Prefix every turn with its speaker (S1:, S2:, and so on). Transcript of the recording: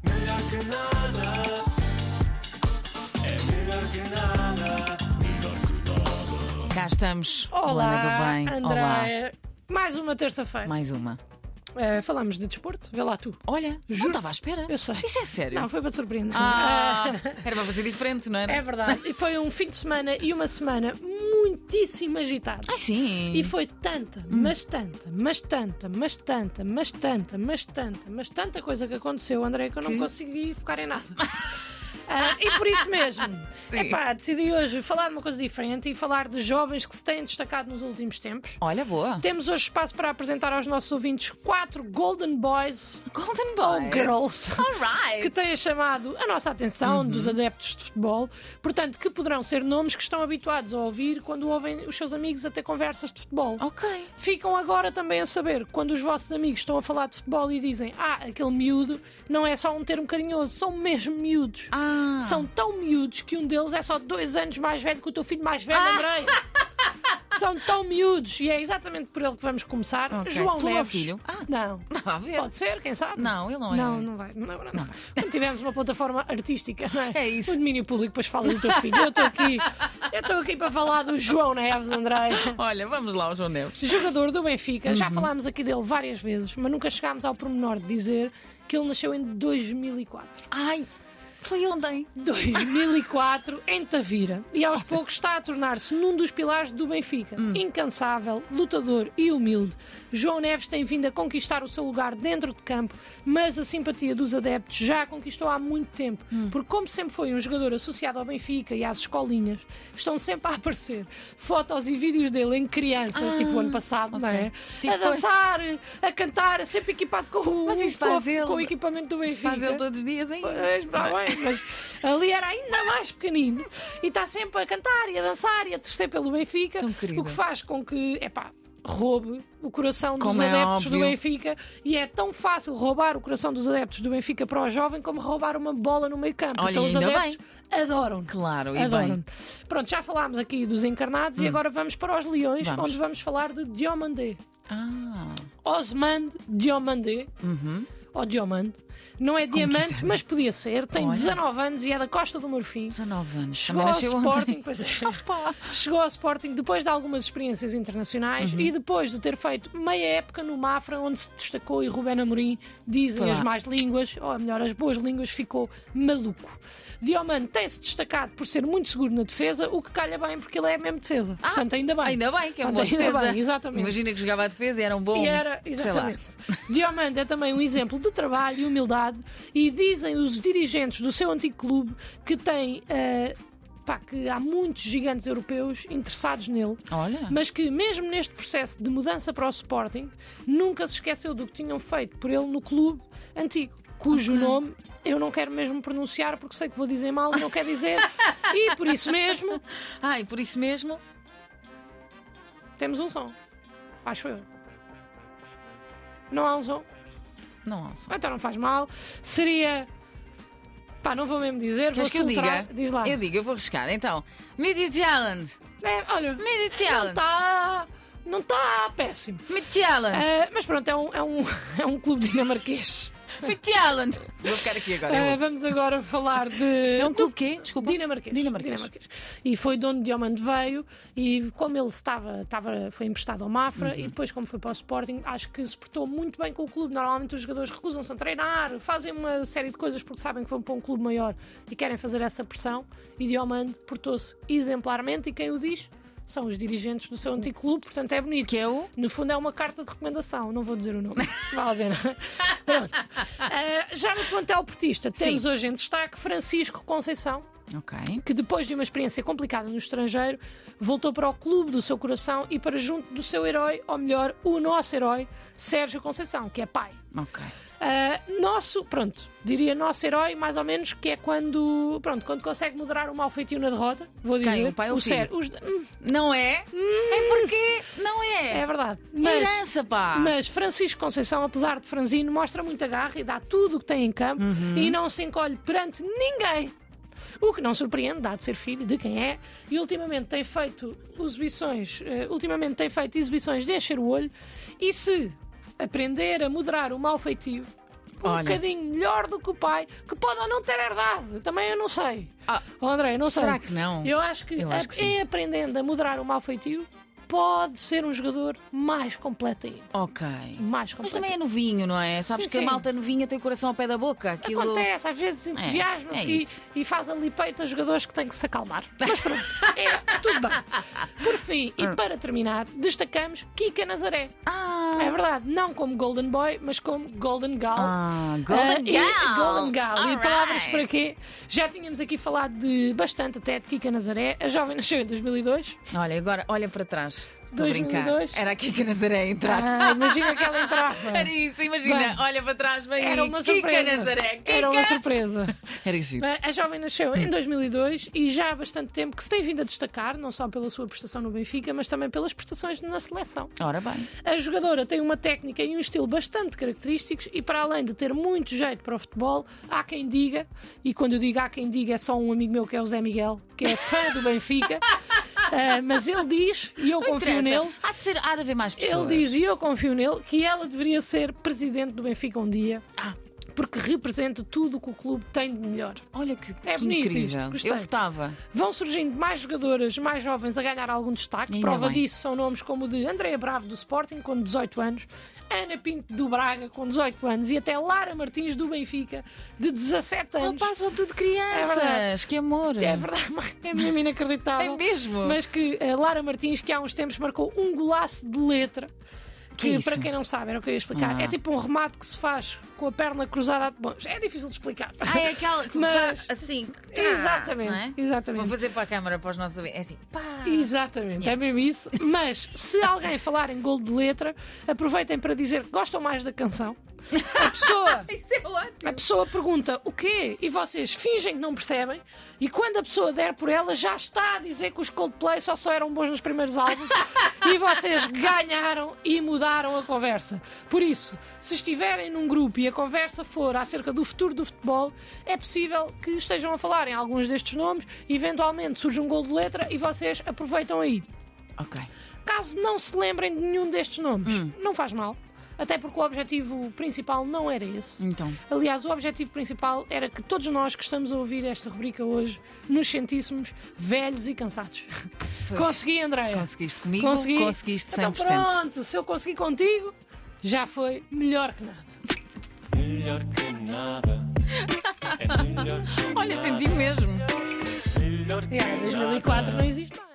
S1: que nada. É melhor que nada. Melhor que nada.
S2: Cá estamos.
S3: Olá,
S2: Luana do Bem. Olá.
S3: André. Mais uma terça-feira.
S2: Mais uma.
S3: Eh, falámos de desporto, vê lá tu.
S2: Olha, não
S3: Juro.
S2: estava à espera.
S3: Eu sei.
S2: Isso é sério.
S3: Não, foi para te surpreender. Eh,
S2: Ah, era para fazer diferente, não era?
S3: É verdade. E foi um fim de semana e uma semana muitíssimo agitada.
S2: Ai, sim. Hum.
S3: E foi tanta, mas tanta, mas tanta, mas tanta, mas tanta, mas tanta, mas tanta coisa que aconteceu, André, que eu não
S2: Que?
S3: consegui focar em nada. Ah, e por isso mesmo,
S2: Sim.
S3: epá, decidi hoje falar de uma coisa diferente e falar de jovens que se têm destacado nos últimos tempos.
S2: Olha, boa.
S3: Temos hoje espaço para apresentar aos nossos ouvintes quatro Golden Boys
S2: Golden
S3: ou
S2: Boy.
S3: Girls
S2: All right.
S3: que tenha chamado a nossa atenção
S2: Uhum.
S3: dos adeptos de futebol, portanto, que poderão ser nomes que estão habituados a ouvir quando ouvem os seus amigos a ter conversas de futebol.
S2: Ok.
S3: Ficam agora também a saber quando os vossos amigos estão a falar de futebol e dizem: Ah, aquele miúdo não é só um termo carinhoso, são mesmo miúdos.
S2: Ah.
S3: São tão miúdos que um deles é só dois anos mais velho que o teu filho mais velho,
S2: Ah.
S3: Andrei. São tão miúdos e é exatamente por ele que vamos começar.
S2: Ok.
S3: João
S2: Pelo meu
S3: Neves.
S2: filho? Ah.
S3: Não.
S2: Não, a ver.
S3: Pode ser, quem sabe?
S2: Não, ele não é.
S3: Não, não vai. Não, não, não. Quando tivermos uma plataforma artística, não é?
S2: É isso.
S3: O domínio público depois fala do teu filho. Eu estou aqui, eu estou aqui para falar do João Neves, André.
S2: Olha, vamos lá, o João Neves.
S3: Jogador do Benfica, já
S2: Uhum.
S3: falámos aqui dele várias vezes, mas nunca chegámos ao pormenor de dizer que ele nasceu em 2004.
S2: Ai, foi ontem.
S3: 2004 em Tavira e aos poucos está a tornar-se num dos pilares do Benfica.
S2: Hum.
S3: Incansável, lutador e humilde, João Neves tem vindo a conquistar o seu lugar dentro de campo, mas a simpatia dos adeptos já a conquistou há muito tempo,
S2: Hum.
S3: porque como sempre foi um jogador associado ao Benfica e às escolinhas, estão sempre a aparecer fotos e vídeos dele em criança, tipo o ano passado, não é?
S2: Ah, Tipo,
S3: a dançar, a cantar, sempre equipado com o,
S2: Mas isso faz ele-
S3: com o equipamento do Benfica.
S2: Faz ele todos os dias ainda.
S3: Pois, tá bem, mas ali era ainda mais pequenino e está sempre a cantar e a dançar e a torcer pelo Benfica,
S2: Tão querido.
S3: o que faz com que, epá, roube o coração dos
S2: Como é
S3: adeptos do
S2: óbvio.
S3: Benfica e é tão fácil roubar o coração dos adeptos do Benfica para o jovem como roubar uma bola no meio campo.
S2: Olha,
S3: então os
S2: ainda
S3: adeptos adoram.
S2: Claro, e
S3: Adoram.
S2: bem. Hum.
S3: Pronto, já falámos aqui dos encarnados e agora vamos para os leões,
S2: Vamos.
S3: onde vamos falar de Diomandé.
S2: Ah, uhum.
S3: Osmand Diomandé. Ou Diomande. Não é diamante,
S2: quiser.
S3: mas podia ser. Tem
S2: Olha.
S3: 19 anos e é da Costa do Marfim.
S2: 19 anos.
S3: Chegou
S2: Também
S3: ao
S2: nasceu ontem.
S3: Sporting, pois é. Chegou ao Sporting depois de algumas experiências
S2: Uhum.
S3: internacionais e depois de ter feito meia época no Mafra, onde se destacou e Rubén Amorim, dizem
S2: Foi lá.
S3: as más línguas, ou melhor, as boas línguas, ficou maluco. Diomande tem-se destacado por ser muito seguro na defesa, o que calha bem porque ele é mesmo defesa.
S2: Ah,
S3: Portanto, ainda bem.
S2: Ainda bem que é uma boa
S3: Portanto, ainda
S2: defesa.
S3: bem, exatamente.
S2: Imagina que jogava a defesa e era um bom.
S3: E era,
S2: sei lá.
S3: exatamente. Diomande é também um exemplo de trabalho e humildade, e dizem os dirigentes do seu antigo clube que tem. eh, pá, que há muitos gigantes europeus interessados nele,
S2: Olha.
S3: mas que mesmo neste processo de mudança para o Sporting, nunca se esqueceu do que tinham feito por ele no clube antigo, cujo nome eu não quero mesmo pronunciar porque sei que vou dizer mal e não quero dizer, e por isso mesmo
S2: Ah, e por isso mesmo.
S3: temos um som. Acho eu. Não há um som.
S2: Não ouço.
S3: Então não faz mal. Seria. Pá, não vou mesmo dizer, vou
S2: Queres que eu diga?
S3: soltar. Diz lá.
S2: Eu digo, eu vou arriscar. Então, Media Challenge.
S3: É, olha,
S2: Media
S3: não
S2: Challenge.
S3: está. Não está péssimo.
S2: Media Challenge.
S3: Ah, mas pronto, é um, é um, é um clube dinamarquês.
S2: Media Challenge. Vou ficar aqui agora.
S3: Ah,
S2: eu vou.
S3: vamos agora falar de.
S2: É um clube quê? Desculpa.
S3: Dinamarquês.
S2: Dinamarquês.
S3: E foi de onde Diomande veio e como ele estava, estava foi emprestado ao Mafra
S2: Uhum.
S3: e depois como foi para o Sporting, acho que se portou muito bem com o clube. Normalmente os jogadores recusam-se a treinar, fazem uma série de coisas porque sabem que vão para um clube maior e querem fazer essa pressão. E Diomande portou-se exemplarmente e quem o diz são os dirigentes do seu antigo clube, portanto é bonito.
S2: Que é o.
S3: No fundo é uma carta de recomendação, não vou dizer o nome. Vale a pena. Pronto. Ah, já no plantel portista, temos
S2: Sim.
S3: hoje em destaque Francisco Conceição,
S2: Ok.
S3: que depois de uma experiência complicada no estrangeiro, voltou para o clube do seu coração e para junto do seu herói, ou melhor, o nosso herói, Sérgio Conceição, que é pai.
S2: Ok.
S3: Ah, nosso, pronto, diria nosso herói, mais ou menos, que é quando, pronto, quando consegue moderar o mau feitio na derrota, vou
S2: Quem?
S3: dizer.
S2: O pai ou o filho?
S3: Sérgio- os- hum,
S2: Não é? É porque. Não é.
S3: é verdade. Mas,
S2: Herança, pá.
S3: Mas Francisco Conceição, apesar de franzino, mostra muita garra e dá tudo o que tem em campo
S2: Uhum.
S3: e não se encolhe perante ninguém. O que não surpreende, dado ser filho de quem é, e ultimamente tem feito exibições, eh, ultimamente tem feito exibições de encher o olho, e se aprender a moderar o mau feitio, sempre um
S2: Olha.
S3: bocadinho melhor do que o pai, que pode ou não ter herdade. Também eu não sei.
S2: Ah,
S3: Oh, André, eu não sei.
S2: Será que não?
S3: Eu acho que,
S2: Eu acho que sim.
S3: em aprendendo a moderar o mau feitio, pode ser um jogador mais completo ainda.
S2: Ok. Mas
S3: Mais completo.
S2: também é novinho, não é? Sabes
S3: Sim,
S2: que
S3: sim.
S2: a malta novinha tem o coração ao pé da boca. Aquilo.
S3: Acontece, às vezes entusiasma-se
S2: é
S3: e-
S2: isso.
S3: e, faz ali peito a jogadores que têm que se acalmar. Mas pronto, é, tudo bem. Por fim,
S2: Hum.
S3: e para terminar, destacamos Kika Nazaré. É
S2: Ah,
S3: verdade, não como Golden Boy, mas como Golden Gal.
S2: ah
S3: Ah,
S2: Golden
S3: e-
S2: Gal.
S3: Golden Gal. E
S2: Alright.
S3: palavras para quê? Já tínhamos aqui falado de bastante até de Kika Nazaré. A jovem nasceu em 2002.
S2: Olha, agora olha para trás. Estou a
S3: 2002.
S2: brincar. Era aqui que a Nazaré entrava.
S3: Ah, imagina que ela entrava.
S2: Era isso, imagina.
S3: Bem.
S2: olha para trás, vem
S3: Era
S2: aí.
S3: uma
S2: Kika
S3: surpresa.
S2: Nazaré.
S3: Era uma
S2: Kika.
S3: surpresa.
S2: Era giro.
S3: A jovem nasceu em 2002 e já há bastante tempo que se tem vindo a destacar, não só pela sua prestação no Benfica, mas também pelas prestações na seleção.
S2: Ora bem.
S3: A jogadora tem uma técnica e um estilo bastante característicos e, para além de ter muito jeito para o futebol, há quem diga, e quando eu digo há quem diga, é só um amigo meu que é o Zé Miguel, que é fã do Benfica, ah, mas ele diz, e eu confio
S2: Interessa.
S3: nele,
S2: Há de, ser, há de haver mais
S3: ele
S2: pessoas.
S3: diz, e eu confio nele, que ela deveria ser presidente do Benfica um dia.
S2: Ah.
S3: Porque representa tudo o que o clube tem de melhor.
S2: Olha que,
S3: É
S2: que
S3: bonito
S2: incrível.
S3: isto, gostei.
S2: Eu votava.
S3: Vão surgindo mais jogadoras, mais jovens a ganhar algum destaque.
S2: Ainda
S3: Prova
S2: bem.
S3: disso são nomes como o de Andréa Bravo do Sporting, com 18 anos, Ana Pinto do Braga, com 18 anos, e até Lara Martins do Benfica, de 17
S2: Oh,
S3: anos.
S2: pá, são tudo crianças. que amor.
S3: é verdade, é mesmo inacreditável.
S2: É mesmo.
S3: Mas que a Lara Martins, que há uns tempos marcou um golaço de letra.
S2: Que é
S3: Que,
S2: isso?
S3: para quem não sabe, era o que eu ia explicar.
S2: Ah.
S3: É tipo um remate que se faz com a perna cruzada. Bom, é difícil de explicar.
S2: Ah, é aquela que
S3: Mas- Ah,
S2: faz assim. tá,
S3: Exatamente,
S2: não é?
S3: exatamente.
S2: Vou fazer para a câmara, para os nossos ouvintes. É assim. Pá.
S3: Exatamente, é mesmo isso. Mas se alguém falar em gol de letra, aproveitem para dizer que gostam mais da canção. A pessoa,
S2: Isso é ótimo.
S3: a pessoa pergunta o quê? E vocês fingem que não percebem. E quando a pessoa der por ela, já está a dizer que os Coldplay só só eram bons nos primeiros álbuns. e vocês ganharam e mudaram a conversa. Por isso, se estiverem num grupo e a conversa for acerca do futuro do futebol, é possível que estejam a falar em alguns destes nomes. Eventualmente surge um gol de letra e vocês aproveitam aí.
S2: Ok.
S3: Caso não se lembrem de nenhum destes nomes, não faz mal. Até porque o objetivo principal não era esse.
S2: Então.
S3: Aliás, o objetivo principal era que todos nós que estamos a ouvir esta rubrica hoje nos sentíssemos velhos e cansados.
S2: Pois.
S3: Consegui, Andréia.
S2: Conseguiste comigo? Conseguiste 100%.
S3: Então pronto, se eu consegui contigo, já foi melhor que nada.
S1: Melhor que nada. É melhor que
S2: Olha,
S1: nada.
S2: senti mesmo.
S1: Melhor que
S3: Yeah, 2004 não existe mais.